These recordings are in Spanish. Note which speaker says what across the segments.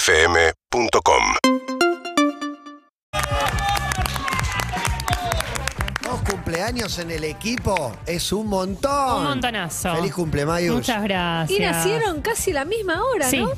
Speaker 1: UrbanaPlayFM.com
Speaker 2: Dos cumpleaños en el equipo es un montón.
Speaker 3: Un montonazo.
Speaker 2: Feliz cumple, Mayush.
Speaker 3: Muchas gracias.
Speaker 4: Y nacieron casi la misma hora,
Speaker 3: Sí.
Speaker 4: ¿no?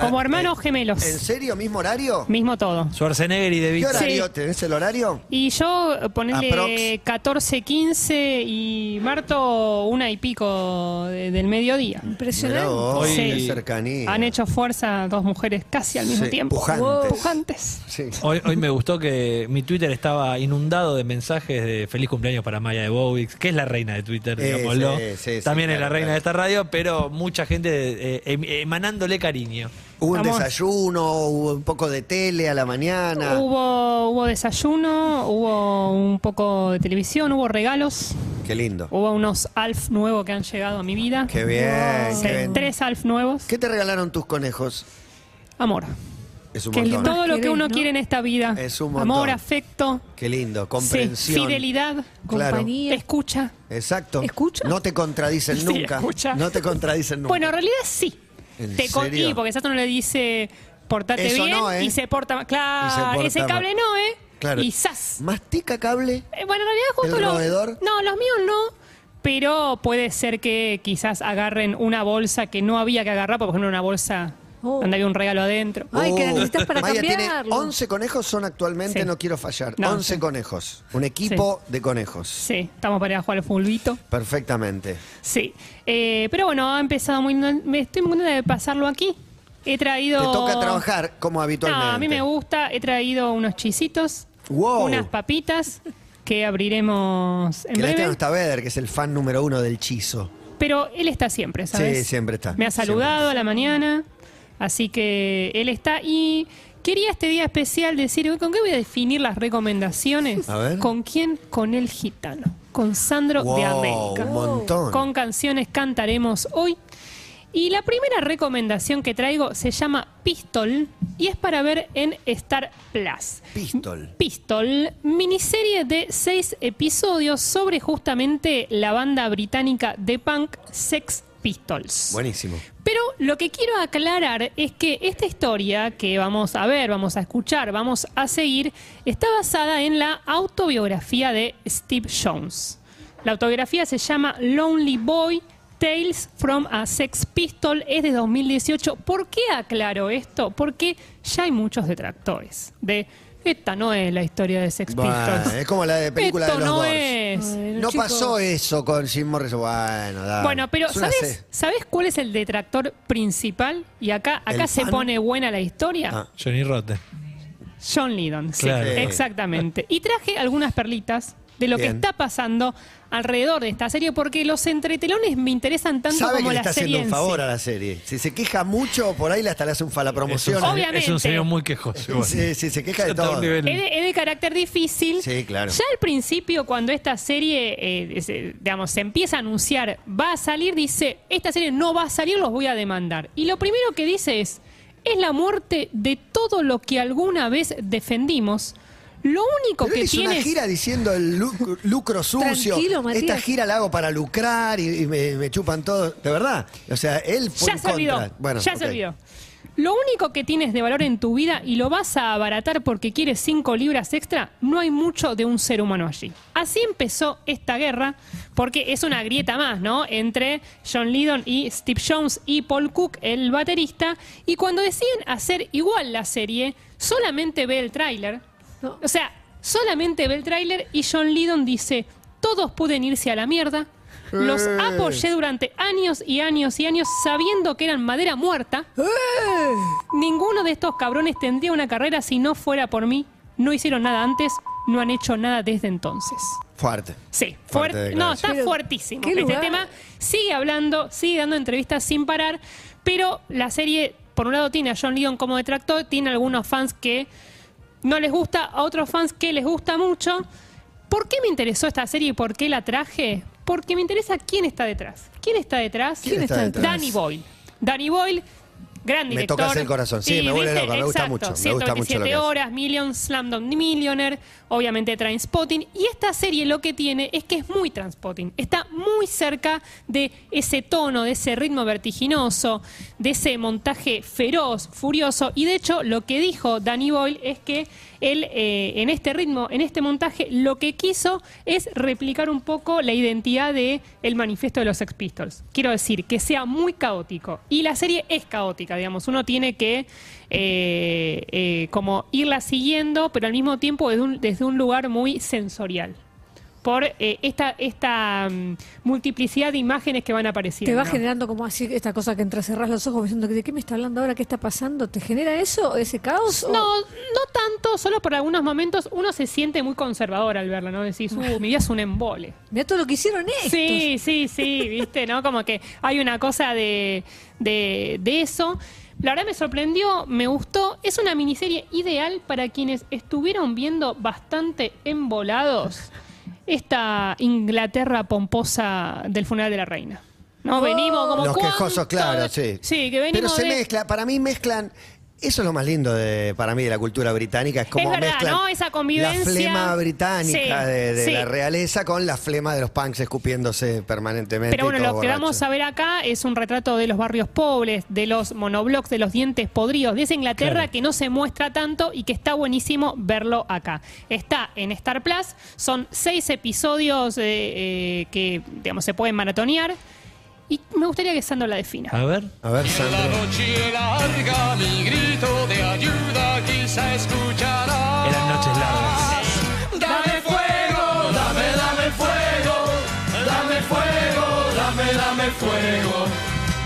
Speaker 3: Como hermanos gemelos.
Speaker 2: Ah, eh, ¿En serio? ¿Mismo horario?
Speaker 3: Mismo todo.
Speaker 5: Schwarzenegger y De
Speaker 2: ¿Qué
Speaker 5: Vita.
Speaker 2: horario? ¿Tenés el horario?
Speaker 3: Y yo eh, ponele
Speaker 2: Aprox.
Speaker 3: 14, 15 y Marto una y pico de- del mediodía.
Speaker 2: Mirá
Speaker 4: Impresionante.
Speaker 2: vos,
Speaker 5: Sí.
Speaker 2: qué cercanía.
Speaker 3: Han hecho fuerza dos mujeres casi al mismo
Speaker 2: Sí,
Speaker 3: tiempo.
Speaker 2: pujantes.
Speaker 3: Wow. Pujantes.
Speaker 2: Sí.
Speaker 5: Hoy, hoy me gustó que mi Twitter estaba inundado de mensajes de feliz cumpleaños para Maya de Bowix, que es la reina de Twitter,
Speaker 2: Eh,
Speaker 5: digámoslo.
Speaker 2: sí, sí, sí,
Speaker 5: También es
Speaker 2: claro,
Speaker 5: la reina
Speaker 2: claro.
Speaker 5: de esta radio, pero mucha gente eh, em- emanándole cariño.
Speaker 2: Hubo un
Speaker 3: Vamos.
Speaker 2: desayuno, hubo un poco de tele a la mañana.
Speaker 3: Hubo, hubo desayuno, hubo un poco de televisión, hubo regalos,
Speaker 2: Qué lindo.
Speaker 3: hubo unos ALF nuevos que han llegado a mi vida.
Speaker 2: Qué bien,
Speaker 3: Sí,
Speaker 2: qué bien.
Speaker 3: Tres ALF nuevos.
Speaker 2: ¿Qué te regalaron tus conejos?
Speaker 3: Amor.
Speaker 2: Es un
Speaker 3: Que es
Speaker 2: montón.
Speaker 3: todo lo que
Speaker 4: Querés,
Speaker 3: uno
Speaker 4: ¿no?
Speaker 3: quiere en esta vida.
Speaker 2: Es un montón.
Speaker 3: Amor, afecto,
Speaker 2: Qué lindo,
Speaker 3: sí,
Speaker 2: comprensión.
Speaker 3: fidelidad,
Speaker 2: Claro.
Speaker 4: Compañía.
Speaker 3: escucha.
Speaker 2: Exacto.
Speaker 4: ¿Escucha?
Speaker 2: No te contradicen
Speaker 3: Sí,
Speaker 2: nunca.
Speaker 3: escucha.
Speaker 2: No te contradicen nunca.
Speaker 3: Bueno, en realidad sí.
Speaker 2: ¿En
Speaker 3: Te con-
Speaker 2: serio?
Speaker 3: Y porque Saturno le dice, portate
Speaker 2: Eso
Speaker 3: bien
Speaker 2: no, ¿eh?
Speaker 3: y se porta mal.
Speaker 2: Y se
Speaker 3: Claro,
Speaker 2: porta
Speaker 3: ese
Speaker 2: mal.
Speaker 3: cable no, ¿eh?
Speaker 2: Claro.
Speaker 3: Y zas.
Speaker 2: ¿Mastica cable?
Speaker 3: Eh, Bueno, en realidad justo
Speaker 2: ¿El
Speaker 3: los...
Speaker 2: roedor?
Speaker 3: No, los míos no. Pero puede ser que quizás agarren una bolsa que no había que agarrar, porque por ejemplo era una bolsa
Speaker 4: Oh.
Speaker 3: donde había un regalo adentro.
Speaker 4: Ay, que la necesitas para
Speaker 2: Oh. Maya tiene
Speaker 4: cambiarlo.
Speaker 2: 11 conejos, son actualmente,
Speaker 3: Sí.
Speaker 2: no quiero fallar.
Speaker 3: No,
Speaker 2: 11
Speaker 3: sí.
Speaker 2: conejos. Un equipo de conejos.
Speaker 3: Sí, estamos para ir a jugar al fulbito.
Speaker 2: Perfectamente.
Speaker 3: Sí. Eh, pero bueno, ha empezado muy... Me estoy muy contenta de pasarlo aquí. He traído...
Speaker 2: Te toca trabajar como habitualmente.
Speaker 3: No, a mí me gusta. He traído unos chisitos,
Speaker 2: Wow.
Speaker 3: unas papitas que abriremos en
Speaker 2: Cristiano
Speaker 3: breve.
Speaker 2: Saavedra, que es el fan número uno del chizo.
Speaker 3: Pero él está siempre, ¿sabes?
Speaker 2: Sí, siempre está.
Speaker 3: Me ha saludado a la mañana, así que él está. Y quería este día especial decir, ¿con qué voy a definir las recomendaciones?
Speaker 2: A ver.
Speaker 3: ¿Con quién? Con el gitano. Con Sandro de
Speaker 2: Wow,
Speaker 3: América.
Speaker 2: un montón.
Speaker 3: Con canciones cantaremos hoy. Y la primera recomendación que traigo se llama Pistol y es para ver en Star Plus.
Speaker 2: Pistol.
Speaker 3: Pistol, miniserie de seis episodios sobre justamente la banda británica de punk Sex Pistols.
Speaker 2: Buenísimo.
Speaker 3: Pero lo que quiero aclarar es que esta historia que vamos a ver, vamos a escuchar, vamos a seguir, está basada en la autobiografía de Steve Jones. La autobiografía se llama Lonely Boy. Tales from a Sex Pistol es de 2018. ¿Por qué aclaro esto? Porque ya hay muchos detractores de esta no es la historia de Sex
Speaker 2: Bueno, eh,
Speaker 3: Pistols.
Speaker 2: es como la de película
Speaker 3: esto
Speaker 2: de los
Speaker 3: no
Speaker 2: Doors.
Speaker 3: es.
Speaker 4: Bueno,
Speaker 2: No
Speaker 4: chicos.
Speaker 2: pasó eso con Jim Morrison. Bueno, dale.
Speaker 3: Bueno, pero
Speaker 2: Es una
Speaker 3: ¿sabes,
Speaker 2: C.
Speaker 3: ¿sabés cuál es el detractor principal? Y acá, acá
Speaker 2: ¿El
Speaker 3: se
Speaker 2: fan?
Speaker 3: pone buena la historia.
Speaker 2: Ah.
Speaker 5: Johnny Rotten.
Speaker 3: John Lydon, sí,
Speaker 5: Claro.
Speaker 3: exactamente. Y traje algunas perlitas de lo
Speaker 2: Bien.
Speaker 3: que está pasando alrededor de esta serie, porque los entretelones me interesan tanto
Speaker 2: Sabe que
Speaker 3: como
Speaker 2: le
Speaker 3: la
Speaker 2: está
Speaker 3: serie
Speaker 2: haciendo un
Speaker 3: en
Speaker 2: favor
Speaker 3: sí.
Speaker 2: a la serie. Si se queja mucho, por ahí hasta le hace un
Speaker 5: Es
Speaker 2: falapromoción.
Speaker 5: un-
Speaker 3: Obvio. Obviamente.
Speaker 5: Es un señor muy quejoso. igual.
Speaker 2: Sí, sí, se queja de
Speaker 5: Está a un
Speaker 2: todo.
Speaker 5: nivel-
Speaker 3: Es de, es de carácter difícil.
Speaker 2: Sí, claro.
Speaker 3: Ya al principio, cuando esta serie, eh, es, eh, digamos, se empieza a anunciar, va a salir, dice, esta serie no va a salir, los voy a demandar. Y lo primero que dice es, es la muerte de todo lo que alguna vez defendimos. Lo único
Speaker 2: Pero
Speaker 3: que
Speaker 2: él hizo
Speaker 3: tiene
Speaker 2: una
Speaker 3: es-
Speaker 2: gira diciendo el lucro, lucro sucio.
Speaker 4: Tranquilo, Matías.
Speaker 2: Esta gira la hago para lucrar y, y me, me chupan todo. De verdad. O sea, él fue
Speaker 3: Ya
Speaker 2: en
Speaker 3: se olvidó.
Speaker 2: contra. Bueno,
Speaker 3: ya
Speaker 2: ok.
Speaker 3: se olvidó. Lo único que tienes de valor en tu vida y lo vas a abaratar porque quieres 5 libras extra, no hay mucho de un ser humano allí. Así empezó esta guerra, porque es una grieta más, ¿no? Entre John Lydon y Steve Jones y Paul Cook, el baterista. Y cuando deciden hacer igual la serie, solamente ve el tráiler.
Speaker 4: No.
Speaker 3: O sea, solamente ve el tráiler y John Lydon dice, todos pueden irse a la mierda. Los
Speaker 2: Eh.
Speaker 3: apoyé durante años y años y años sabiendo que eran madera muerta. Ninguno de estos cabrones tendría una carrera si no fuera por mí. No hicieron nada antes, no han hecho nada desde entonces.
Speaker 2: Fuerte.
Speaker 3: Sí,
Speaker 2: Fuerte
Speaker 3: fuerte. No,
Speaker 2: declaración.
Speaker 3: está
Speaker 4: Pero,
Speaker 3: fuertísimo.
Speaker 4: ¿qué
Speaker 3: Este
Speaker 4: lugar?
Speaker 3: tema sigue hablando, sigue dando entrevistas sin parar, pero la serie, por un lado, tiene a John Lydon como detractor, tiene algunos fans que no les gusta, a otros fans que les gusta mucho. ¿Por qué me interesó esta serie y por qué la traje? Porque me interesa quién está detrás. ¿Quién está detrás?
Speaker 2: ¿Quién está detrás?
Speaker 3: Danny Boyle. Danny Boyle, Gran
Speaker 2: Me
Speaker 3: director.
Speaker 2: tocas el corazón. Sí,
Speaker 3: Y
Speaker 2: me vuelve
Speaker 3: dije,
Speaker 2: loca, me gusta
Speaker 3: exacto,
Speaker 2: mucho, me gusta mucho lo que
Speaker 3: 127
Speaker 2: hace.
Speaker 3: horas, Million, Slamdog Millionaire, obviamente Trainspotting. Y esta serie lo que tiene es que es muy Trainspotting. Está muy cerca de ese tono, de ese ritmo vertiginoso, de ese montaje feroz, furioso. Y de hecho, lo que dijo Danny Boyle es que él, eh, en este ritmo, en este montaje, lo que quiso es replicar un poco la identidad de el manifiesto de los Sex Pistols. Quiero decir, que sea muy caótico. Y la serie es caótica, digamos. Uno tiene que eh, eh, como irla siguiendo, pero al mismo tiempo desde un, desde un lugar muy sensorial. Por eh, esta, esta mm, multiplicidad de imágenes que van apareciendo.
Speaker 4: Te va generando como así esta cosa que entrecerrás los ojos diciendo que de qué me está hablando ahora, qué está pasando. ¿Te genera eso, ese caos? o-
Speaker 3: No, no tanto, solo por algunos momentos uno se siente muy conservador al verlo, ¿no? Decís, "Uh, mi vida es un embole.
Speaker 4: Mirá todo lo que hicieron estos.
Speaker 3: Sí, sí, sí, viste, ¿no? Como que hay una cosa de, de, de eso. La verdad me sorprendió, me gustó. Es una miniserie ideal para quienes estuvieron viendo bastante embolados esta Inglaterra pomposa del funeral de la reina. No, venimos como
Speaker 2: Los
Speaker 3: ¿cuánto
Speaker 2: quejosos, claro,
Speaker 3: de-
Speaker 2: sí.
Speaker 3: Sí, que
Speaker 2: Pero
Speaker 3: venimos
Speaker 2: se
Speaker 3: de-
Speaker 2: mezcla, para mí mezclan. Eso es lo más lindo de, para mí de la cultura británica, es como
Speaker 3: verdad,
Speaker 2: mezclan
Speaker 3: ¿no? Esa convivencia.
Speaker 2: la flema británica
Speaker 3: Sí,
Speaker 2: de, de
Speaker 3: sí.
Speaker 2: la realeza con la flema de los punks escupiéndose permanentemente.
Speaker 3: Pero bueno,
Speaker 2: y
Speaker 3: lo
Speaker 2: todos
Speaker 3: que vamos
Speaker 2: borrachos.
Speaker 3: a ver acá es un retrato de los barrios pobres, de los monoblocks, de los dientes podridos, de esa Inglaterra
Speaker 5: Claro.
Speaker 3: que no se muestra tanto y que está buenísimo verlo acá. Está en Star Plus, son seis episodios eh, eh, que, digamos, se pueden maratonear y me gustaría que Sandro la defina.
Speaker 5: A ver.
Speaker 2: A ver, Sandro.
Speaker 6: noche larga, mi grito de ayuda quizá escucharás.
Speaker 5: Eran noches largas.
Speaker 6: Dame fuego, dame, dame fuego, dame fuego, dame, dame fuego.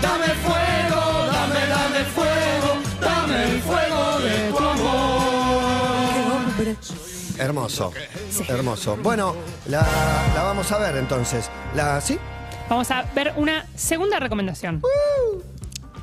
Speaker 6: Dame fuego, dame, dame fuego, dame el fuego de tu amor.
Speaker 4: Qué hombre.
Speaker 2: Hermoso. Hermoso. Bueno, la, la vamos a ver entonces. La, ¿Sí?
Speaker 3: Vamos a ver una segunda recomendación.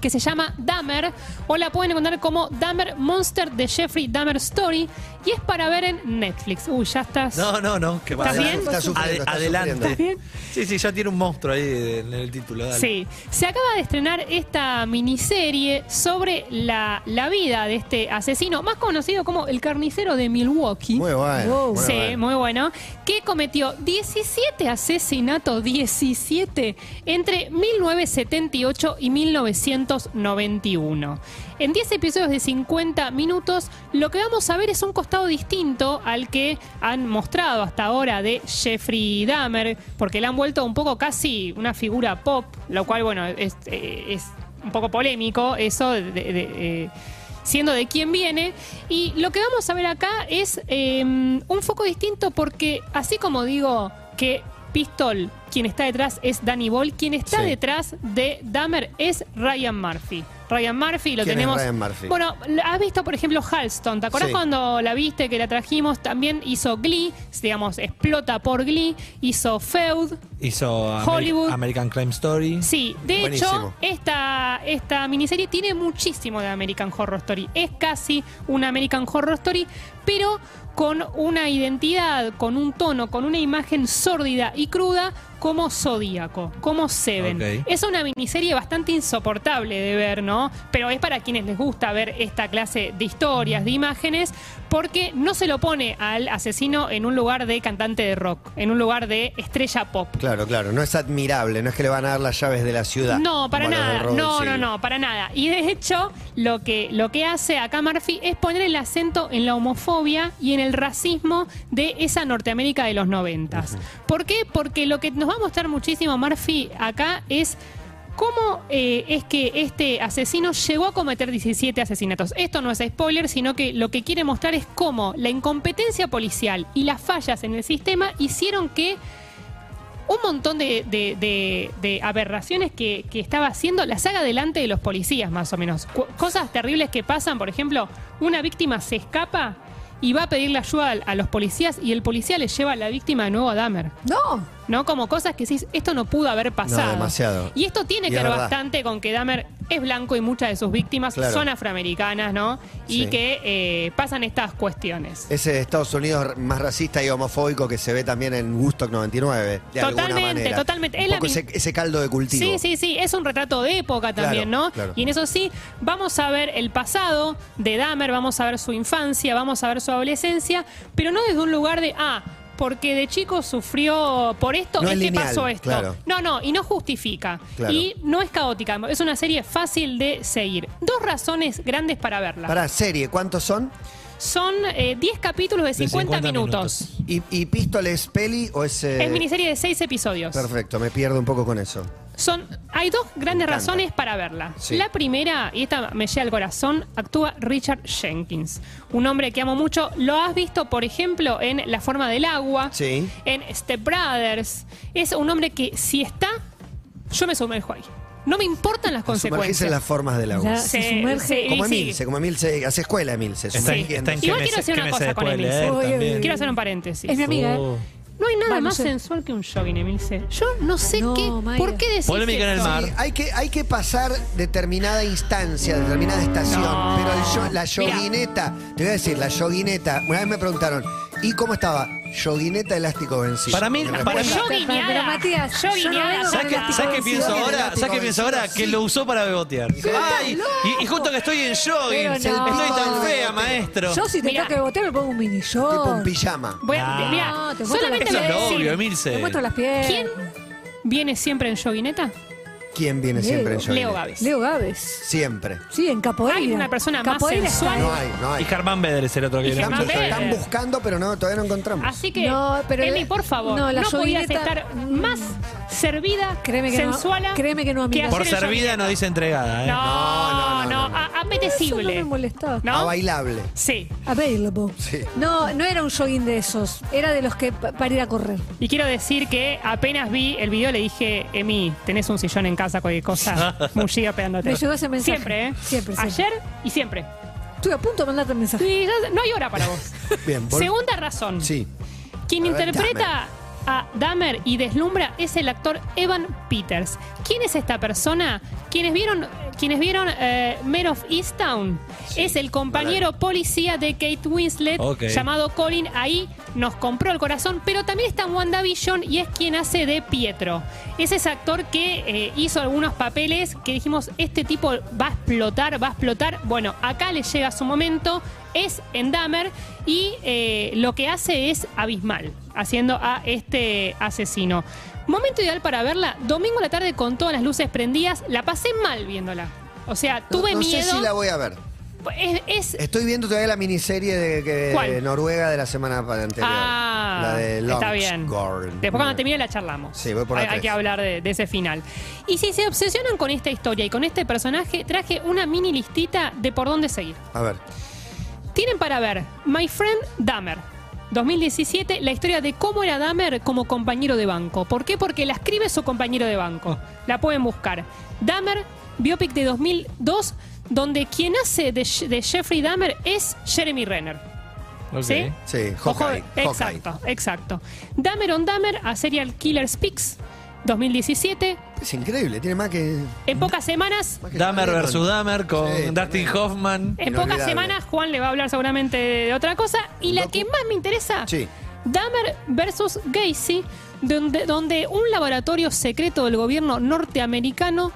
Speaker 3: Que se llama Dahmer, o la pueden encontrar como Dahmer Monster de Jeffrey Dahmer Story, y es para ver en Netflix. Uy, ya estás.
Speaker 5: No, no, no. ¿Qué pasa?
Speaker 3: ¿Estás bien?
Speaker 2: Está sufriendo, está
Speaker 5: adelante.
Speaker 2: sufriendo.
Speaker 3: bien?
Speaker 5: Sí, sí, ya tiene un monstruo ahí de- en el título. dale.
Speaker 3: Sí, se acaba de estrenar esta miniserie sobre la, la vida de este asesino, más conocido como el carnicero de Milwaukee.
Speaker 2: Muy bueno.
Speaker 4: Wow.
Speaker 2: muy
Speaker 3: sí,
Speaker 2: bueno.
Speaker 3: muy bueno. Que cometió 17 asesinatos, 17, entre 1978 y 1991. En 10 episodios de 50 minutos, lo que vamos a ver es un costado distinto al que han mostrado hasta ahora de Jeffrey Dahmer, porque le han vuelto un poco casi una figura pop, lo cual, bueno, es, eh, es un poco polémico eso de... de- eh, siendo de quién viene. Y lo que vamos a ver acá es eh, un foco distinto porque, así como digo que Pistol, quien está detrás es Danny Ball, quien está
Speaker 2: Sí.
Speaker 3: detrás de Dahmer es Ryan Murphy. Ryan Murphy lo
Speaker 2: ¿Quién es
Speaker 3: tenemos.
Speaker 2: Ryan Murphy?
Speaker 3: Bueno, has visto, por ejemplo, Halston. ¿Te acordás
Speaker 2: Sí.
Speaker 3: cuando la viste que la trajimos? También hizo Glee, digamos, explota por Glee, hizo Feud.
Speaker 5: Hizo Ameri-
Speaker 3: Hollywood.
Speaker 5: American Crime Story.
Speaker 3: Sí, de
Speaker 2: Buenísimo.
Speaker 3: hecho, esta, esta miniserie tiene muchísimo de American Horror Story. Es casi una American Horror Story, pero con una identidad, con un tono, con una imagen sórdida y cruda como Zodíaco, como Seven.
Speaker 5: Ok.
Speaker 3: Es una miniserie bastante insoportable de ver, ¿no? Pero es para quienes les gusta ver esta clase de historias, de imágenes, porque no se lo pone al asesino en un lugar de cantante de rock, en un lugar de estrella pop.
Speaker 2: Claro, claro. No es admirable. No es que le van a dar las llaves de la ciudad.
Speaker 3: No, para
Speaker 2: como a los del
Speaker 3: nada.
Speaker 2: Robert
Speaker 3: No, no,
Speaker 2: Siegel.
Speaker 3: no, para nada. Y de hecho, lo que, lo que hace acá Murphy es poner el acento en la homofobia y en el racismo de esa Norteamérica de los noventas. ¿Por qué? Porque lo que nos va a mostrar muchísimo Murphy acá es. ¿Cómo eh, es que este asesino llegó a cometer 17 asesinatos? Esto no es spoiler, sino que lo que quiere mostrar es cómo la incompetencia policial y las fallas en el sistema hicieron que un montón de, de- de- de aberraciones que, que estaba haciendo, las haga delante de los policías, más o menos. Cu- cosas terribles que pasan, por ejemplo, una víctima se escapa y va a pedirle ayuda al- a, los policías y el policía le lleva a la víctima de nuevo a Dahmer.
Speaker 4: No.
Speaker 3: ¿No? Como cosas que decís, esto no pudo haber pasado.
Speaker 2: demasiado.
Speaker 3: Y esto tiene
Speaker 2: Y
Speaker 3: que
Speaker 2: es
Speaker 3: ver
Speaker 2: verdad.
Speaker 3: bastante con que Dahmer es blanco y muchas de sus víctimas
Speaker 2: Claro.
Speaker 3: son afroamericanas, ¿no? Y
Speaker 2: Sí.
Speaker 3: que eh, pasan estas cuestiones.
Speaker 2: Ese Estados Unidos más racista y homofóbico que se ve también en Woodstock 99. De alguna
Speaker 3: Totalmente,
Speaker 2: manera.
Speaker 3: totalmente.
Speaker 2: Un
Speaker 3: Es la
Speaker 2: poco
Speaker 3: mi-
Speaker 2: ese, ese caldo de cultivo.
Speaker 3: Sí, sí, sí, es un retrato de época también,
Speaker 2: Claro,
Speaker 3: ¿no?
Speaker 2: claro.
Speaker 3: Y en eso sí, vamos a ver el pasado de Dahmer, vamos a ver su infancia, vamos a ver su adolescencia, pero no desde un lugar de, ah, porque de chico sufrió por esto,
Speaker 2: No
Speaker 3: es,
Speaker 2: es
Speaker 3: que
Speaker 2: lineal,
Speaker 3: pasó esto.
Speaker 2: claro.
Speaker 3: No, no, y no justifica.
Speaker 2: Claro.
Speaker 3: Y no es caótica, es una serie fácil de seguir. Dos razones grandes para verla.
Speaker 2: Pará, serie, ¿cuántos son?
Speaker 3: Son eh, 10 capítulos de 50,
Speaker 5: 50
Speaker 3: minutos.
Speaker 5: minutos.
Speaker 2: ¿Y, y Pistol es peli o es.? eh,
Speaker 3: Es miniserie de 6 episodios.
Speaker 2: Perfecto, me pierdo un poco con eso.
Speaker 3: Son, hay dos grandes
Speaker 2: encanta.
Speaker 3: razones para verla.
Speaker 2: Sí.
Speaker 3: La primera, y esta me llega al corazón, actúa Richard Jenkins, un hombre que amo mucho. Lo has visto, por ejemplo, en La forma del agua,
Speaker 2: Sí.
Speaker 3: en Step Brothers. Es un hombre que si está, yo me sumerjo ahí. No me importan las
Speaker 2: Sumergirse
Speaker 3: consecuencias.
Speaker 2: en las formas del agua.
Speaker 4: La- Se sumerge.
Speaker 3: y
Speaker 2: Como
Speaker 3: sí.
Speaker 2: Emilce, como Emilce, hace escuela Emilce.
Speaker 5: Está,
Speaker 3: Sí.
Speaker 5: en- está en
Speaker 3: Igual
Speaker 5: GMS,
Speaker 3: quiero hacer una
Speaker 5: GMS
Speaker 3: cosa con
Speaker 5: puede
Speaker 3: Emil.
Speaker 5: leer
Speaker 4: Oy, oy,
Speaker 5: también.
Speaker 4: oy.
Speaker 3: Quiero hacer un paréntesis.
Speaker 4: Es mi amiga,
Speaker 5: Oh.
Speaker 4: ¿eh?
Speaker 3: No hay nada
Speaker 4: Vamos
Speaker 3: más
Speaker 4: a-
Speaker 3: sensual que un jogging, Emilce. Yo no sé
Speaker 4: No,
Speaker 3: qué.
Speaker 4: Maya.
Speaker 3: ¿Por qué decís
Speaker 5: Polémica en el
Speaker 3: esto?
Speaker 5: mar.
Speaker 2: Sí, hay, que, hay que pasar determinada instancia, determinada estación.
Speaker 3: No.
Speaker 2: Pero el yo- la
Speaker 3: Mirá.
Speaker 2: yoguineta, te voy a decir, la yoguineta. Una vez me preguntaron, ¿y cómo estaba? Yoguineta elástico vencido.
Speaker 5: Para mí-
Speaker 2: Me
Speaker 5: para
Speaker 2: acuerdo.
Speaker 5: mí-
Speaker 3: Yo guiñada.
Speaker 4: Pero, Matías,
Speaker 3: yo
Speaker 4: yo no
Speaker 3: guiñada.
Speaker 4: vengo
Speaker 5: ¿Sabes
Speaker 4: con
Speaker 5: qué,
Speaker 4: elástico
Speaker 5: sabes qué pienso
Speaker 2: vencido?
Speaker 5: ahora?
Speaker 2: Elástico
Speaker 5: ¿Sabes qué pienso
Speaker 2: vencido,
Speaker 5: ahora?
Speaker 2: sí.
Speaker 5: Que lo usó para bebotear. Ay, y, y justo que estoy en jogging.
Speaker 4: Pero no.
Speaker 5: Estoy tan
Speaker 2: Ay,
Speaker 5: fea,
Speaker 2: beboteo.
Speaker 5: maestro.
Speaker 4: Yo si te
Speaker 3: Mirá.
Speaker 4: toca el boteo me pongo un mini
Speaker 2: Tipo
Speaker 4: short.
Speaker 2: un pijama.
Speaker 3: Voy a-
Speaker 5: Ah.
Speaker 3: mirá,
Speaker 4: No, te muestro
Speaker 3: solamente
Speaker 5: Eso
Speaker 3: le voy
Speaker 5: es
Speaker 3: a
Speaker 5: lo
Speaker 3: decir,
Speaker 5: obvio, Emilce.
Speaker 4: Te muestro las piernas.
Speaker 3: ¿Quién viene siempre en joguineta?
Speaker 2: ¿Quién viene
Speaker 4: Leo.
Speaker 2: siempre en yoguineta?
Speaker 3: Leo Gávez.
Speaker 4: Leo Gávez.
Speaker 2: Siempre.
Speaker 4: Sí, en capoeira.
Speaker 3: Hay una persona más
Speaker 4: Capoeira está
Speaker 3: sensual.
Speaker 4: él.
Speaker 2: No hay, no
Speaker 5: Y
Speaker 2: hay.
Speaker 5: Germán Beder es el otro que viene
Speaker 2: Están,
Speaker 3: Germán
Speaker 5: mucho.
Speaker 3: Beder.
Speaker 2: están buscando, pero no, todavía no encontramos.
Speaker 3: Así que,
Speaker 4: No, pero
Speaker 3: Emi,
Speaker 4: la-
Speaker 3: por favor, no,
Speaker 4: no, la
Speaker 3: podías
Speaker 4: joguineta-
Speaker 3: estar más servida,
Speaker 4: Créeme que no,
Speaker 3: sensuala,
Speaker 4: créeme que no, amiga.
Speaker 5: Por
Speaker 3: hacer en
Speaker 5: servida no
Speaker 3: joguineta.
Speaker 5: dice entregada, ¿eh?
Speaker 3: No, no,
Speaker 2: No, no, no, no.
Speaker 3: a-
Speaker 4: Eso no
Speaker 3: apetecible.
Speaker 4: me molestaba.
Speaker 3: ¿No?
Speaker 2: A bailable.
Speaker 3: Sí.
Speaker 4: Available.
Speaker 2: Sí.
Speaker 4: No, no era un jogging de esos. Era de los que pa- para ir a correr.
Speaker 3: Y quiero decir que apenas vi el video le dije, Emi, tenés un sillón en casa, cualquier cosa, mullida pegándote.
Speaker 4: Me llegó ese mensaje.
Speaker 3: Siempre, ¿eh?
Speaker 4: Siempre, siempre.
Speaker 3: Ayer y siempre.
Speaker 4: Estuve a punto de mandarte un mensaje.
Speaker 3: Y ya- no hay hora para vos.
Speaker 2: Bien, vol-
Speaker 3: Segunda razón.
Speaker 2: Sí.
Speaker 3: Quien
Speaker 2: A ver,
Speaker 3: interpreta a Dahmer y deslumbra es el actor Evan Peters. ¿Quién es esta persona? Quienes vieron, quienes vieron eh, Men of Easttown
Speaker 2: Sí,
Speaker 3: es el compañero policía de Kate Winslet
Speaker 5: Ok.
Speaker 3: llamado Colin. Ahí nos compró el corazón, pero también está en WandaVision y es quien hace de Pietro. Es ese actor que eh, hizo algunos papeles que dijimos, este tipo va a explotar, va a explotar. Bueno, acá le llega su momento, es en Dahmer y eh, lo que hace es abismal, haciendo a este asesino. Momento ideal para verla, domingo a la tarde con todas las luces prendidas, la pasé mal viéndola. O sea,
Speaker 2: No,
Speaker 3: tuve
Speaker 2: no
Speaker 3: miedo.
Speaker 2: sé si la voy a ver.
Speaker 3: Es- es,
Speaker 2: Estoy viendo todavía la miniserie de, que-
Speaker 3: ¿Cuál?
Speaker 2: de Noruega de la semana pa- anterior.
Speaker 3: Ah,
Speaker 2: la de
Speaker 3: está bien.
Speaker 2: Longsgården.
Speaker 3: Después cuando termine la charlamos.
Speaker 2: Sí, voy por la
Speaker 3: hay, hay
Speaker 2: tres.
Speaker 3: que hablar de, de ese final. Y si se obsesionan con esta historia y con este personaje, traje una mini listita de por dónde seguir.
Speaker 2: A ver.
Speaker 3: Tienen para ver My Friend Dahmer. 2017, la historia de cómo era Dahmer como compañero de banco. ¿Por qué? Porque la escribe su compañero de banco. La pueden buscar. Dahmer, biopic de 2002, donde quien hace de, de Jeffrey Dahmer es Jeremy Renner.
Speaker 5: Ok.
Speaker 3: ¿Sí?
Speaker 2: Sí,
Speaker 3: Ojo,
Speaker 2: Hawkeye. Hawkeye.
Speaker 3: exacto, exacto. Dahmer on Dahmer a Serial Killer Speaks 2017.
Speaker 2: Es increíble, tiene más que.
Speaker 3: En pocas semanas,
Speaker 2: más que
Speaker 5: Dahmer
Speaker 2: Hamilton.
Speaker 5: versus Dahmer con
Speaker 2: Sí,
Speaker 5: Dustin
Speaker 2: tremendo.
Speaker 5: Hoffman.
Speaker 3: en
Speaker 2: Inolvidable.
Speaker 3: pocas semanas Juan le va a hablar seguramente de otra cosa. Y la
Speaker 2: Docu.
Speaker 3: que más me interesa,
Speaker 2: Sí.
Speaker 3: Dahmer versus Gacy, donde, donde un laboratorio secreto del gobierno norteamericano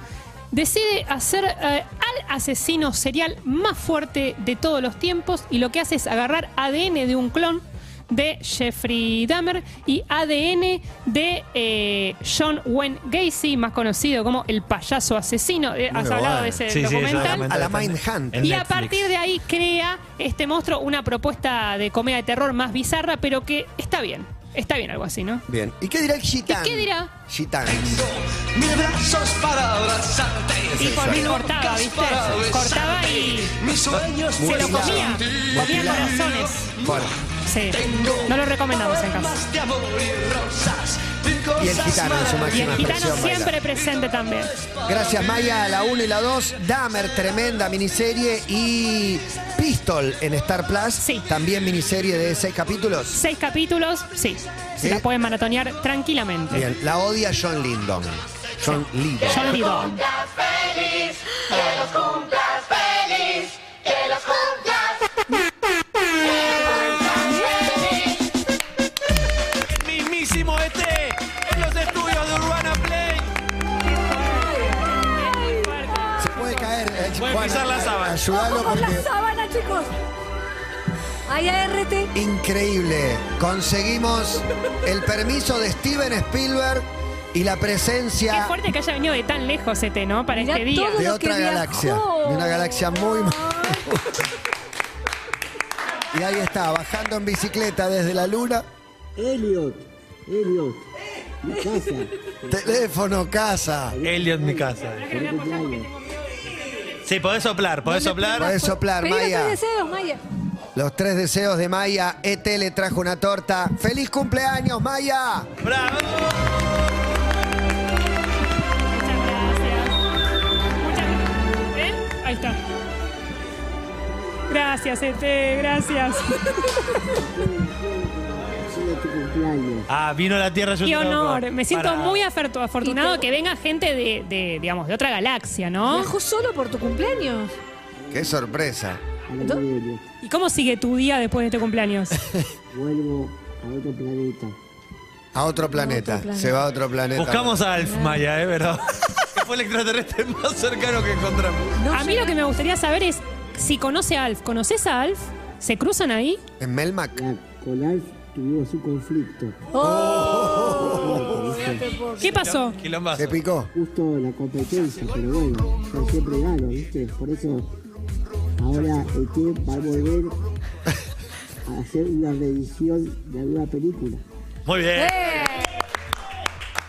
Speaker 3: decide hacer eh, al asesino serial más fuerte de todos los tiempos y lo que hace es agarrar ADN de un clon de Jeffrey Dahmer y ADN de eh, John Wayne Gacy, más conocido como el payaso asesino. Eh,
Speaker 2: Muy
Speaker 3: has hablado
Speaker 2: bueno.
Speaker 3: de ese
Speaker 5: Sí, sí,
Speaker 3: documental.
Speaker 5: exactamente.
Speaker 2: A la Mindhunt.
Speaker 5: En
Speaker 3: Y a
Speaker 5: Netflix.
Speaker 3: partir de ahí crea este monstruo una propuesta de comedia de terror más bizarra, pero que está bien. Está bien algo así, ¿no?
Speaker 2: Bien. ¿Y qué dirá el gitán?
Speaker 3: ¿Qué- qué dirá?
Speaker 2: Gitán.
Speaker 6: Mil brazos para abrazarte.
Speaker 3: Y por mí cortaba,
Speaker 6: bocas
Speaker 3: ¿viste?
Speaker 6: para besarte.
Speaker 3: Cortaba y
Speaker 6: Mis sueños
Speaker 3: se lo
Speaker 2: Mutilado.
Speaker 3: comía. Comía
Speaker 2: Mutilado.
Speaker 3: corazones.
Speaker 2: Bueno,
Speaker 3: Sí. No lo recomendamos en casa.
Speaker 6: de amor y rosas.
Speaker 2: Y el gitano en su
Speaker 3: Y el
Speaker 2: máxima
Speaker 3: gitano
Speaker 2: expresión.
Speaker 3: siempre
Speaker 2: bailando.
Speaker 3: presente también.
Speaker 2: Gracias Maya, la 1 y la 2, Dahmer, tremenda miniserie y Pistol en Star Plus,
Speaker 3: Sí.
Speaker 2: también miniserie de 6 capítulos.
Speaker 3: Seis capítulos, sí. Se
Speaker 2: Sí.
Speaker 3: la pueden maratonear tranquilamente.
Speaker 2: Bien, la odia John Lyndon. John Lyndon.
Speaker 3: John Lydon.
Speaker 5: mismísimo este en los estudios de Urbana Play.
Speaker 2: Se puede caer. eh,
Speaker 5: Puede
Speaker 2: Juan,
Speaker 5: pisar la sábana.
Speaker 2: Ayudalo
Speaker 4: ¡Ojo con la
Speaker 2: porque...
Speaker 4: sábana, chicos! Hay ART.
Speaker 2: Increíble. Conseguimos el permiso de Steven Spielberg y la
Speaker 3: Qué
Speaker 2: presencia
Speaker 3: fuerte que haya venido de tan lejos este, ¿no? Para
Speaker 4: Mirá
Speaker 3: este día.
Speaker 4: todo.
Speaker 2: de
Speaker 4: lo
Speaker 2: otra
Speaker 4: que
Speaker 2: galaxia.
Speaker 4: viajó.
Speaker 2: De una galaxia muy... ma- y ahí está, bajando en bicicleta desde la luna.
Speaker 7: Elliot, Elliot, mi casa,
Speaker 2: Teléfono, casa.
Speaker 5: Elliot, mi casa.
Speaker 7: feliz cumpleaños.
Speaker 5: Sí, podés soplar, podés soplar.
Speaker 2: Podés soplar,
Speaker 4: Pedí los
Speaker 2: Maya.
Speaker 4: tres deseos, Maya.
Speaker 2: Los tres deseos de Maya. ET le trajo una torta. ¡Feliz cumpleaños, Maya!
Speaker 5: ¡Bravo!
Speaker 3: Muchas gracias. Muchas gracias. ¿eh? Ahí está. Gracias, Ete, gracias.
Speaker 7: Feliz tu cumpleaños.
Speaker 5: Ah, vino la Tierra. yo
Speaker 3: Qué
Speaker 5: te lo
Speaker 3: honor.
Speaker 5: pongo.
Speaker 3: Me siento
Speaker 5: Para-
Speaker 3: muy afertu-
Speaker 4: Y
Speaker 3: afortunado
Speaker 4: te-
Speaker 3: que venga gente de, de, digamos, de otra galaxia, ¿no?
Speaker 4: Viajó solo por tu cumpleaños.
Speaker 2: ¡Qué sorpresa!
Speaker 7: A la madre de Elliot,
Speaker 3: ¿Y cómo sigue tu día después de tu cumpleaños?
Speaker 7: vuelvo a otro planeta.
Speaker 2: A otro planeta.
Speaker 4: planeta.
Speaker 2: Se va a otro planeta.
Speaker 5: Buscamos a Alf Maya, ¿eh? Pero fue el extraterrestre más cercano que encontramos.
Speaker 2: Mm.
Speaker 4: No
Speaker 3: a mí
Speaker 4: sé.
Speaker 3: lo que me gustaría saber es si conoce a Alf. ¿Conoces a Alf? ¿Se cruzan ahí?
Speaker 2: En Melmac.
Speaker 7: La, con Alf tuvimos un conflicto.
Speaker 4: Oh,
Speaker 3: ¿Qué pasó?
Speaker 5: Quilombazo.
Speaker 2: Se picó.
Speaker 7: Justo la competencia, pero bueno, yo siempre gano, ¿viste? Por eso ahora el que va a volver a hacer una reedición de alguna película.
Speaker 5: Muy bien.
Speaker 3: Eh.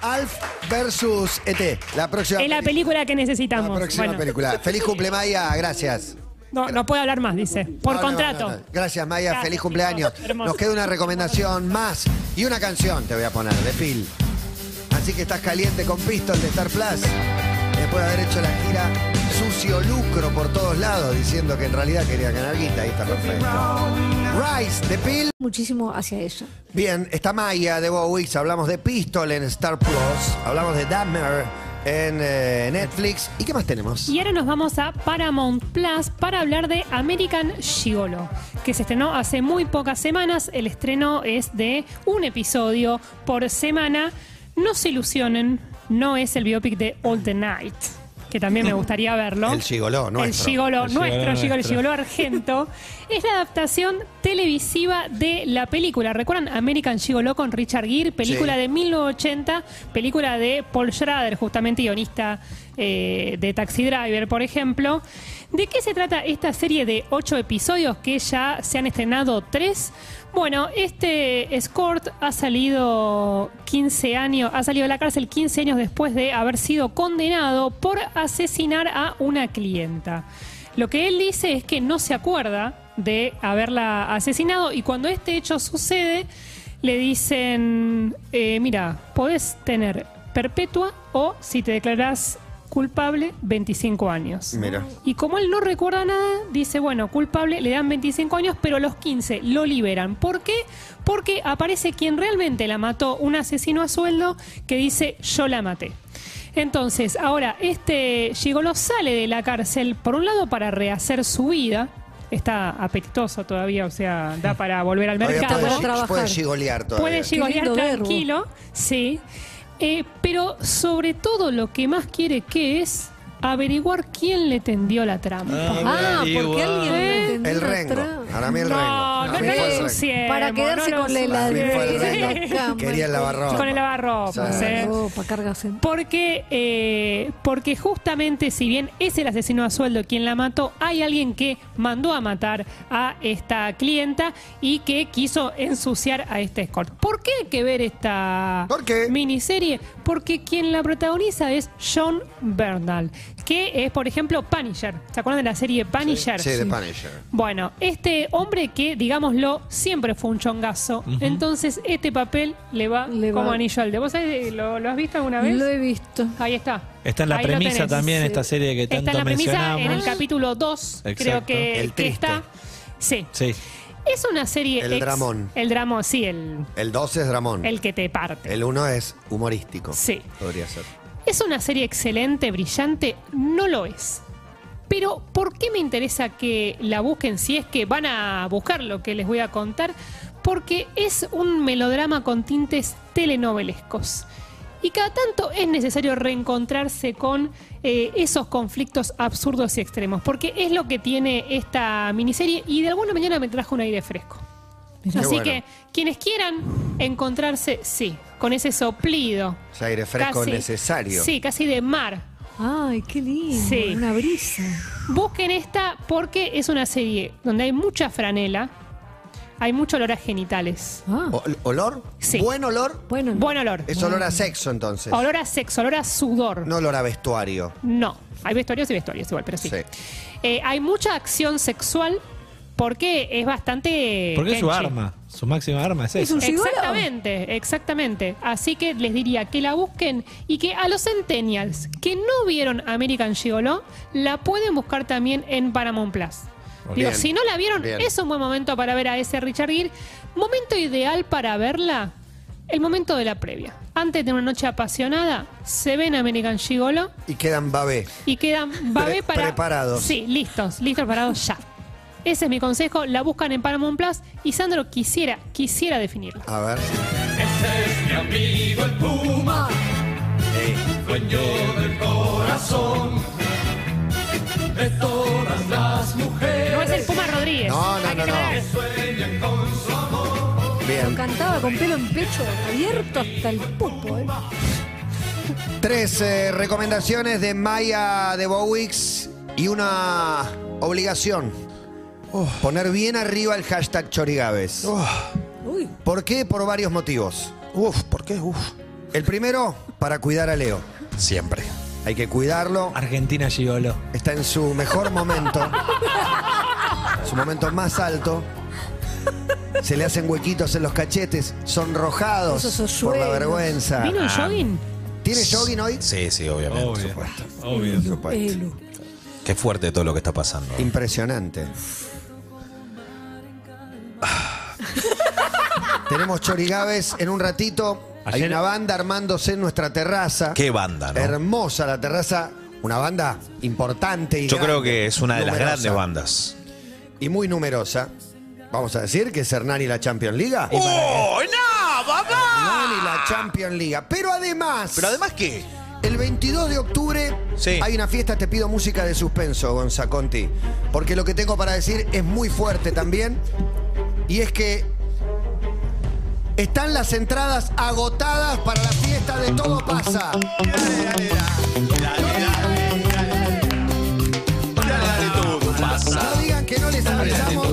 Speaker 2: Alf versus ET. La próxima,
Speaker 3: Es la
Speaker 2: peli-
Speaker 3: película que
Speaker 2: la
Speaker 3: necesitamos.
Speaker 2: próxima
Speaker 3: Bueno,
Speaker 2: película. Feliz cumple, Maya. Gracias.
Speaker 3: no, no puede hablar más, dice. Por
Speaker 2: No, no,
Speaker 3: contrato.
Speaker 2: no, no. Gracias, Maya.
Speaker 3: Gracias,
Speaker 2: Feliz cumpleaños.
Speaker 3: chicos. Hermoso.
Speaker 2: Nos queda una recomendación más y una canción te voy a poner de Phil. Así que estás caliente con Pistol de Star Plus. Después de haber hecho la gira sucio lucro por todos lados, diciendo que en realidad quería ganar guita. Ahí está perfecto. Rise de Phil.
Speaker 4: Muchísimo hacia ella.
Speaker 2: Bien, está Maya de Bowix, hablamos de Pistol en Star Plus, hablamos de Dahmer en eh, Netflix. ¿Y qué más tenemos?
Speaker 3: Y ahora nos vamos a Paramount Plus para hablar de American Gigolo, que se estrenó hace muy pocas semanas. El estreno es de un episodio por semana. No se ilusionen, no es el biopic de All the Night, que también me gustaría verlo.
Speaker 2: El gigoló nuestro.
Speaker 3: El gigolo
Speaker 5: El gigoló
Speaker 3: nuestro, el gigolo, el
Speaker 5: nuestro.
Speaker 3: gigolo argento. es la adaptación televisiva de la película. ¿Recuerdan American Gigolo con Richard Gere? Película
Speaker 2: Sí.
Speaker 3: de 1980, película de Paul Schrader, justamente guionista eh, de Taxi Driver, por ejemplo. ¿De qué se trata esta serie de ocho episodios que ya se han estrenado tres? Bueno, este Escort ha salido 15 años, ha salido de la cárcel 15 años después de haber sido condenado por asesinar a una clienta. Lo que él dice es que no se acuerda de haberla asesinado y cuando este hecho sucede le dicen, eh, mira, podés tener perpetua o si te declarás culpable, 25 años.
Speaker 2: Mira.
Speaker 3: Y como él no recuerda nada, dice, bueno, culpable, le dan 25 años, pero los 15 lo liberan. ¿Por qué? Porque aparece quien realmente la mató, un asesino a sueldo, que dice, yo la maté. Entonces, ahora, este Gigolo sale de la cárcel, por un lado, para rehacer su vida. Está apetitoso todavía, o sea, da para volver al
Speaker 2: Todavía
Speaker 3: mercado.
Speaker 2: puede,
Speaker 4: puedo
Speaker 2: gi-
Speaker 4: trabajar.
Speaker 2: puede gigolear todavía.
Speaker 3: Puede llegar
Speaker 4: lindo verbo.
Speaker 3: tranquilo, sí. Eh, pero sobre todo lo que más quiere que es averiguar quién le tendió la trampa.
Speaker 4: Ah, porque alguien no entendió
Speaker 2: el
Speaker 4: la
Speaker 2: rengo.
Speaker 4: trama.
Speaker 2: Para mí el rengo.
Speaker 3: no, no,
Speaker 2: Para mí
Speaker 3: no,
Speaker 2: fue el
Speaker 3: lo
Speaker 2: rengo.
Speaker 3: ensuciemos,
Speaker 4: Para quedarse
Speaker 3: no lo
Speaker 4: con la
Speaker 2: Para mí fue el
Speaker 4: heladera,
Speaker 3: ensuciemos.
Speaker 4: la
Speaker 2: rengo.
Speaker 4: cama.
Speaker 2: Quería el lavarropa.
Speaker 3: Con el lavarropa,
Speaker 2: Sí.
Speaker 3: sí.
Speaker 4: Ropa, cargas en-
Speaker 3: Porque, eh, porque justamente, si bien es el asesino a sueldo quien la mató, hay alguien que mandó a matar a esta clienta y que quiso ensuciar a este escort. ¿Por qué hay que ver esta
Speaker 2: ¿Por qué?
Speaker 3: miniserie? Porque quien la protagoniza es John Bernal, que es, por ejemplo, Punisher. ¿Se acuerdan de la serie Punisher?
Speaker 2: Sí, de Punisher.
Speaker 3: Bueno, este este hombre que, digámoslo, siempre fue un chongazo. Entonces, este papel le va
Speaker 4: Le
Speaker 3: como
Speaker 4: va.
Speaker 3: anillo al dedo. ¿Vos sabés, eh, lo, lo has visto alguna vez?
Speaker 4: Lo he visto.
Speaker 3: Ahí está.
Speaker 5: Está en la
Speaker 3: Ahí lo
Speaker 5: premisa
Speaker 3: tenés.
Speaker 5: también
Speaker 4: Sí.
Speaker 5: esta serie que tanto
Speaker 3: Está en la premisa
Speaker 5: mencionamos.
Speaker 3: en el capítulo 2, creo
Speaker 5: Exacto.
Speaker 3: que,
Speaker 2: El
Speaker 3: que
Speaker 2: triste.
Speaker 3: está. Sí.
Speaker 5: Sí.
Speaker 3: Es una serie.
Speaker 2: El
Speaker 3: ex-
Speaker 2: dramón.
Speaker 3: El dramón, sí, el,
Speaker 2: El 12 es Dramón.
Speaker 3: el que te parte.
Speaker 2: El 1 es humorístico.
Speaker 3: Sí.
Speaker 2: Podría ser.
Speaker 3: ¿Es una serie excelente, brillante? No lo es. Pero ¿por qué me interesa que la busquen si es que van a buscar lo que les voy a contar? Porque es un melodrama con tintes telenovelescos. Y cada tanto es necesario reencontrarse con eh, esos conflictos absurdos y extremos, porque es lo que tiene esta miniserie y de alguna manera me trajo un aire fresco.
Speaker 4: Mirá.
Speaker 3: Así
Speaker 2: Qué bueno.
Speaker 3: que quienes quieran encontrarse, sí, con ese soplido,
Speaker 2: Ese aire fresco
Speaker 3: Casi.
Speaker 2: necesario.
Speaker 3: Sí, casi de mar.
Speaker 4: Ay, qué lindo.
Speaker 3: Sí.
Speaker 4: Una brisa.
Speaker 3: Busquen esta porque es una serie donde hay mucha franela, hay mucho olor a genitales.
Speaker 4: Ah,
Speaker 2: O- ¿Olor?
Speaker 3: Sí.
Speaker 2: ¿Buen olor?
Speaker 4: bueno.
Speaker 3: Buen olor.
Speaker 2: Es olor a sexo entonces.
Speaker 3: Olor a sexo, olor a sudor.
Speaker 2: No olor a vestuario.
Speaker 3: No, hay vestuarios y vestuarios igual, pero sí. Eh, hay mucha acción sexual porque es bastante.
Speaker 5: Porque es su
Speaker 3: kenchi.
Speaker 5: arma, su máxima arma es
Speaker 4: Es
Speaker 5: esa.
Speaker 4: un gigolo.
Speaker 3: Exactamente, exactamente. Así que les diría que la busquen y que a los centennials que no vieron American Gigolo, la pueden buscar también en Paramount Plus. Digo,
Speaker 2: Bien,
Speaker 3: si no la vieron,
Speaker 2: bien.
Speaker 3: es un buen momento para ver a ese Richard Gere. Momento ideal para verla, el momento de la previa. Antes de una noche apasionada, se ven American Gigolo
Speaker 2: Y quedan babé.
Speaker 3: y quedan babé
Speaker 2: Pre-
Speaker 3: para...
Speaker 2: preparados.
Speaker 3: Sí, listos, listos, preparados ya. Ese es mi consejo, la buscan en Paramount Plus y Sandro quisiera, quisiera definirla.
Speaker 2: A ver.
Speaker 6: Ese es mi amigo el Puma, dueño del corazón de todas las
Speaker 3: No es
Speaker 6: mujeres
Speaker 3: el Puma Rodríguez.
Speaker 2: No, no,
Speaker 3: Hay que
Speaker 2: no,
Speaker 3: aclarar.
Speaker 2: no.
Speaker 6: sueñan con su amor.
Speaker 2: Bien.
Speaker 4: Cantaba con pelo en pecho, abierto hasta el pupo. ¿eh?
Speaker 2: Tres eh, recomendaciones de Maya de Bowix y una obligación.
Speaker 8: Oh.
Speaker 2: Poner bien arriba el hashtag Chorigaves.
Speaker 4: Uy,
Speaker 2: ¿Por qué? Por varios motivos.
Speaker 8: Uf, ¿por qué? Uf.
Speaker 2: El primero, para cuidar a Leo.
Speaker 8: Siempre.
Speaker 2: Hay que cuidarlo.
Speaker 5: Argentina Gigolo.
Speaker 2: Está en su mejor momento. su momento más alto. Se le hacen huequitos en los cachetes,
Speaker 4: Esos
Speaker 2: sonrojados por la
Speaker 4: hoyuelos.
Speaker 2: vergüenza.
Speaker 3: ¿Vino en jogging?
Speaker 2: ¿Tiene jogging hoy?
Speaker 8: Sí, sí, obviamente, por
Speaker 5: Obvio.
Speaker 8: supuesto.
Speaker 5: Obvio.
Speaker 4: pelo.
Speaker 8: Qué fuerte todo lo que está pasando.
Speaker 2: Impresionante. Tenemos chorigaves en un ratito. Hay
Speaker 5: Ayer-
Speaker 2: una banda armándose en nuestra terraza.
Speaker 8: Qué banda, ¿no?
Speaker 2: Hermosa la terraza. Una banda importante y
Speaker 8: Yo creo
Speaker 2: grande,
Speaker 8: que es una de las
Speaker 2: numerosa
Speaker 8: grandes bandas.
Speaker 2: Y muy numerosa. Vamos a decir que es Hernán y la Champions League.
Speaker 8: ¡Oh, no,
Speaker 2: Hernán y
Speaker 8: papá!
Speaker 2: la Champions League. Pero además,
Speaker 8: Pero además, ¿qué?
Speaker 2: el 22 de octubre
Speaker 8: Sí.
Speaker 2: hay una fiesta, te pido música de suspenso, Gonza Conti. Porque lo que tengo para decir es muy fuerte también. Y es que están las entradas agotadas para la fiesta de Todo Pasa. No digan que no les avisamos.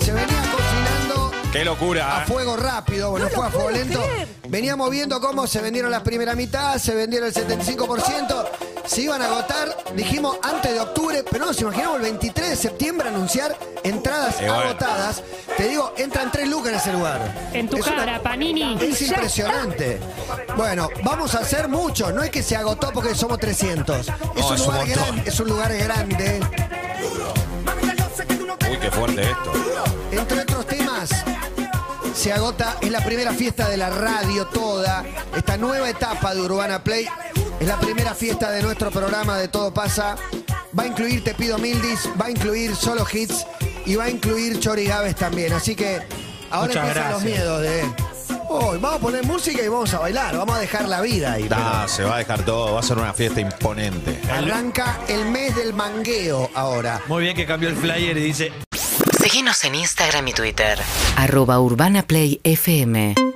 Speaker 2: Se venía cocinando
Speaker 8: ¡Qué locura! ¿eh?
Speaker 2: a fuego rápido, bueno,
Speaker 4: No
Speaker 2: fue
Speaker 4: lo
Speaker 2: a fuego
Speaker 4: puedo
Speaker 2: lento.
Speaker 4: creer.
Speaker 2: Veníamos viendo cómo se vendieron las primeras mitad, se vendieron el 75%, se iban a agotar, dijimos antes de octubre, pero no nos imaginamos el 23 de septiembre anunciar entradas
Speaker 8: Eh, bueno.
Speaker 2: agotadas. Te digo, entran tres lucas en ese lugar.
Speaker 3: En tu
Speaker 2: Es una-
Speaker 3: cara, Panini.
Speaker 2: es impresionante. Bueno, vamos a hacer mucho. No es que se agotó porque somos 300. Es, un,
Speaker 8: es un
Speaker 2: lugar
Speaker 8: montón.
Speaker 2: gran- es un lugar grande.
Speaker 8: Uy, qué fuerte esto.
Speaker 2: Entre otros temas, se agota, es la primera fiesta de la radio toda, esta nueva etapa de Urbana Play, es la primera fiesta de nuestro programa de Todo Pasa, va a incluir Te Pido Mildis, va a incluir Solo Hits y va a incluir Chori Gaves también, así que ahora empiezan
Speaker 5: Muchas
Speaker 2: los
Speaker 5: gracias.
Speaker 2: miedos de... "Oh, vamos a poner música y vamos a bailar, vamos a dejar la vida ahí.
Speaker 8: Nah, Ah, se va a dejar todo, va a ser una fiesta imponente.
Speaker 2: pero Arranca el mes del mangueo ahora.
Speaker 5: Muy bien que cambió el flyer y dice
Speaker 9: Síguenos en Instagram y Twitter. Arroba Urbana Play FM.